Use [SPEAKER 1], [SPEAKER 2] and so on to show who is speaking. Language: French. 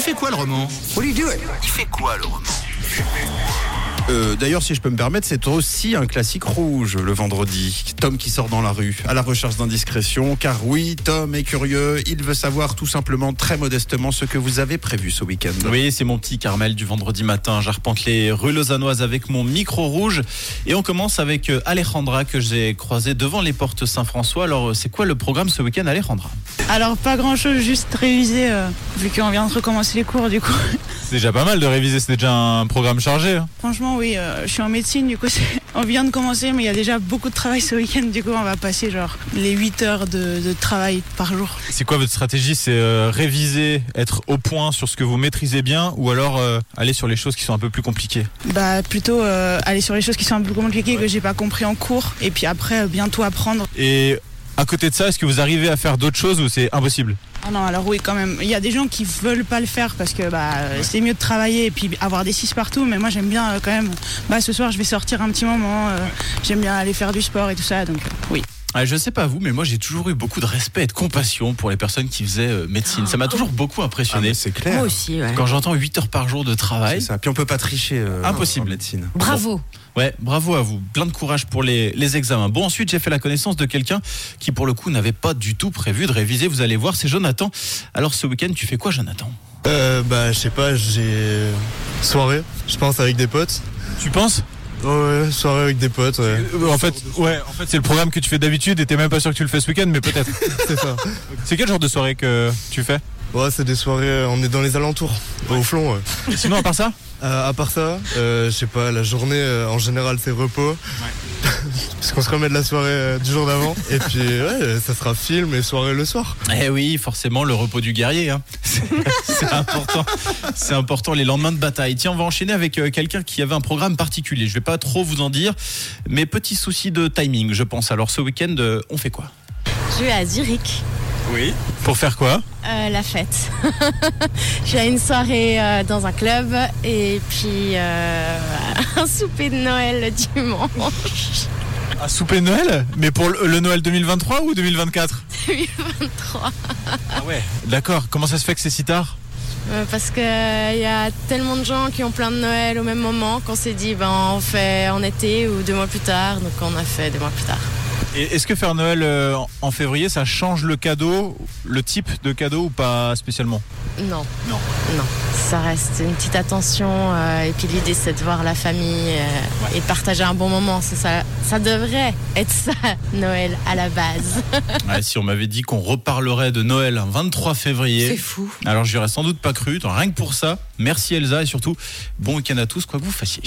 [SPEAKER 1] fait quoi le roman
[SPEAKER 2] What do you do it?
[SPEAKER 1] Il fait quoi le roman
[SPEAKER 3] Euh, D'ailleurs, si je peux me permettre, c'est aussi un classique rouge le vendredi. Tom qui sort dans la rue à la recherche d'indiscrétion, car oui, Tom est curieux. Il veut savoir tout simplement, très modestement, ce que vous avez prévu ce week-end.
[SPEAKER 4] Oui, c'est mon petit Carmel du vendredi matin. J'arpente les rues lausannoises avec mon micro rouge. Et on commence avec euh, Alejandra que j'ai croisée devant les portes Saint-François. Alors, euh, c'est quoi le programme ce week-end, Alejandra
[SPEAKER 5] Alors pas grand chose, juste réviser euh, vu qu'on vient de recommencer les cours du coup.
[SPEAKER 4] C'est déjà pas mal de réviser, c'est déjà un programme chargé. hein.
[SPEAKER 5] Franchement oui, euh, je suis en médecine du coup c'est- on vient de commencer mais il y a déjà beaucoup de travail ce week-end du coup on va passer genre les 8 heures de, de travail par jour.
[SPEAKER 4] C'est quoi votre stratégie C'est euh, réviser, être au point sur ce que vous maîtrisez bien ou alors euh, aller sur les choses qui sont un peu plus compliquées
[SPEAKER 5] Bah plutôt euh, aller sur les choses qui sont un peu compliquées que j'ai pas compris en cours et puis après euh, bientôt apprendre.
[SPEAKER 4] Et à côté de ça, est-ce que vous arrivez à faire d'autres choses ou c'est impossible
[SPEAKER 5] Ah non alors oui quand même, il y a des gens qui veulent pas le faire parce que bah euh, c'est mieux de travailler et puis avoir des 6 partout mais moi j'aime bien euh, quand même bah ce soir je vais sortir un petit moment, euh, j'aime bien aller faire du sport et tout ça donc euh, oui.
[SPEAKER 4] Ah, je sais pas vous, mais moi j'ai toujours eu beaucoup de respect et de compassion pour les personnes qui faisaient euh, médecine. Ça m'a toujours beaucoup
[SPEAKER 3] Ah,
[SPEAKER 4] impressionné.
[SPEAKER 3] mais c'est clair.
[SPEAKER 6] Oh,
[SPEAKER 7] Moi aussi, ouais.
[SPEAKER 4] Quand j'entends 8 heures par jour de
[SPEAKER 3] C'est
[SPEAKER 4] travail,
[SPEAKER 3] ça. Puis on peut pas tricher. euh,
[SPEAKER 4] Impossible.
[SPEAKER 3] en médecine.
[SPEAKER 7] Bravo.
[SPEAKER 4] ouais, bravo à vous. Plein de courage pour les, les examens. Bon, ensuite j'ai fait la connaissance de quelqu'un qui pour le coup n'avait pas du tout prévu de réviser. Vous allez voir, c'est Jonathan. Alors ce week-end, tu fais quoi, Jonathan
[SPEAKER 8] Euh, bah, je sais pas, j'ai. euh, Soirée, je pense, avec des potes.
[SPEAKER 4] Tu penses
[SPEAKER 8] Ouais, ouais, soirée avec des potes, ouais.
[SPEAKER 4] Euh, En fait, ouais, en fait c'est le programme que tu fais d'habitude et t'es même pas sûr que tu le fais ce week-end, mais peut-être.
[SPEAKER 8] C'est ça.
[SPEAKER 4] c'est quel genre de soirée que tu fais
[SPEAKER 8] Ouais, c'est des soirées, euh, on est dans les alentours, au flon, ouais.
[SPEAKER 4] Sinon, à part ça
[SPEAKER 8] Euh, à part ça, euh, je sais pas, la journée, euh, en général, c'est repos. Parce qu'on se remet de la soirée euh, du jour d'avant. Et puis, ouais, euh, ça sera film et soirée le soir.
[SPEAKER 4] Eh oui, forcément, le repos du guerrier. hein. C'est c'est important. C'est important les lendemains de bataille. Tiens, on va enchaîner avec euh, quelqu'un qui avait un programme particulier. Je vais pas trop vous en dire, mais petit souci de timing, je pense. Alors, ce week-end, euh, on fait quoi
[SPEAKER 6] Je vais à Zurich,
[SPEAKER 4] Oui. Pour faire quoi
[SPEAKER 6] euh, la fête. J'ai une soirée euh, dans un club et puis euh, un souper de Noël le dimanche
[SPEAKER 4] Un souper de Noël Mais pour le, le Noël 2023 ou 2024
[SPEAKER 6] 23.
[SPEAKER 4] Ah ouais. D'accord. Comment ça se fait que c'est si tard
[SPEAKER 6] Euh, Parce qu'il y a tellement de gens qui ont plein de Noël au même moment qu'on s'est dit ben, on fait en été ou deux mois plus tard. Donc on a fait deux mois plus tard.
[SPEAKER 4] Et est-ce que faire Noël euh, en- en février, ça change le cadeau, le type de cadeau ou pas spécialement
[SPEAKER 6] Non.
[SPEAKER 4] Non.
[SPEAKER 6] Non. Ça reste une petite attention. euh, et puis l'idée, c'est de voir la famille euh, et de partager un bon moment. C'est Ça, ça devrait être ça, Noël, à la base.
[SPEAKER 4] Ouais, Ah, si on m'avait dit qu'on reparlerait de Noël un 23 février.
[SPEAKER 7] C'est fou.
[SPEAKER 4] Alors j'y aurais sans doute pas cru, tant rien que pour ça. Merci Elsa et surtout bon week-end à tous, quoi que vous fassiez.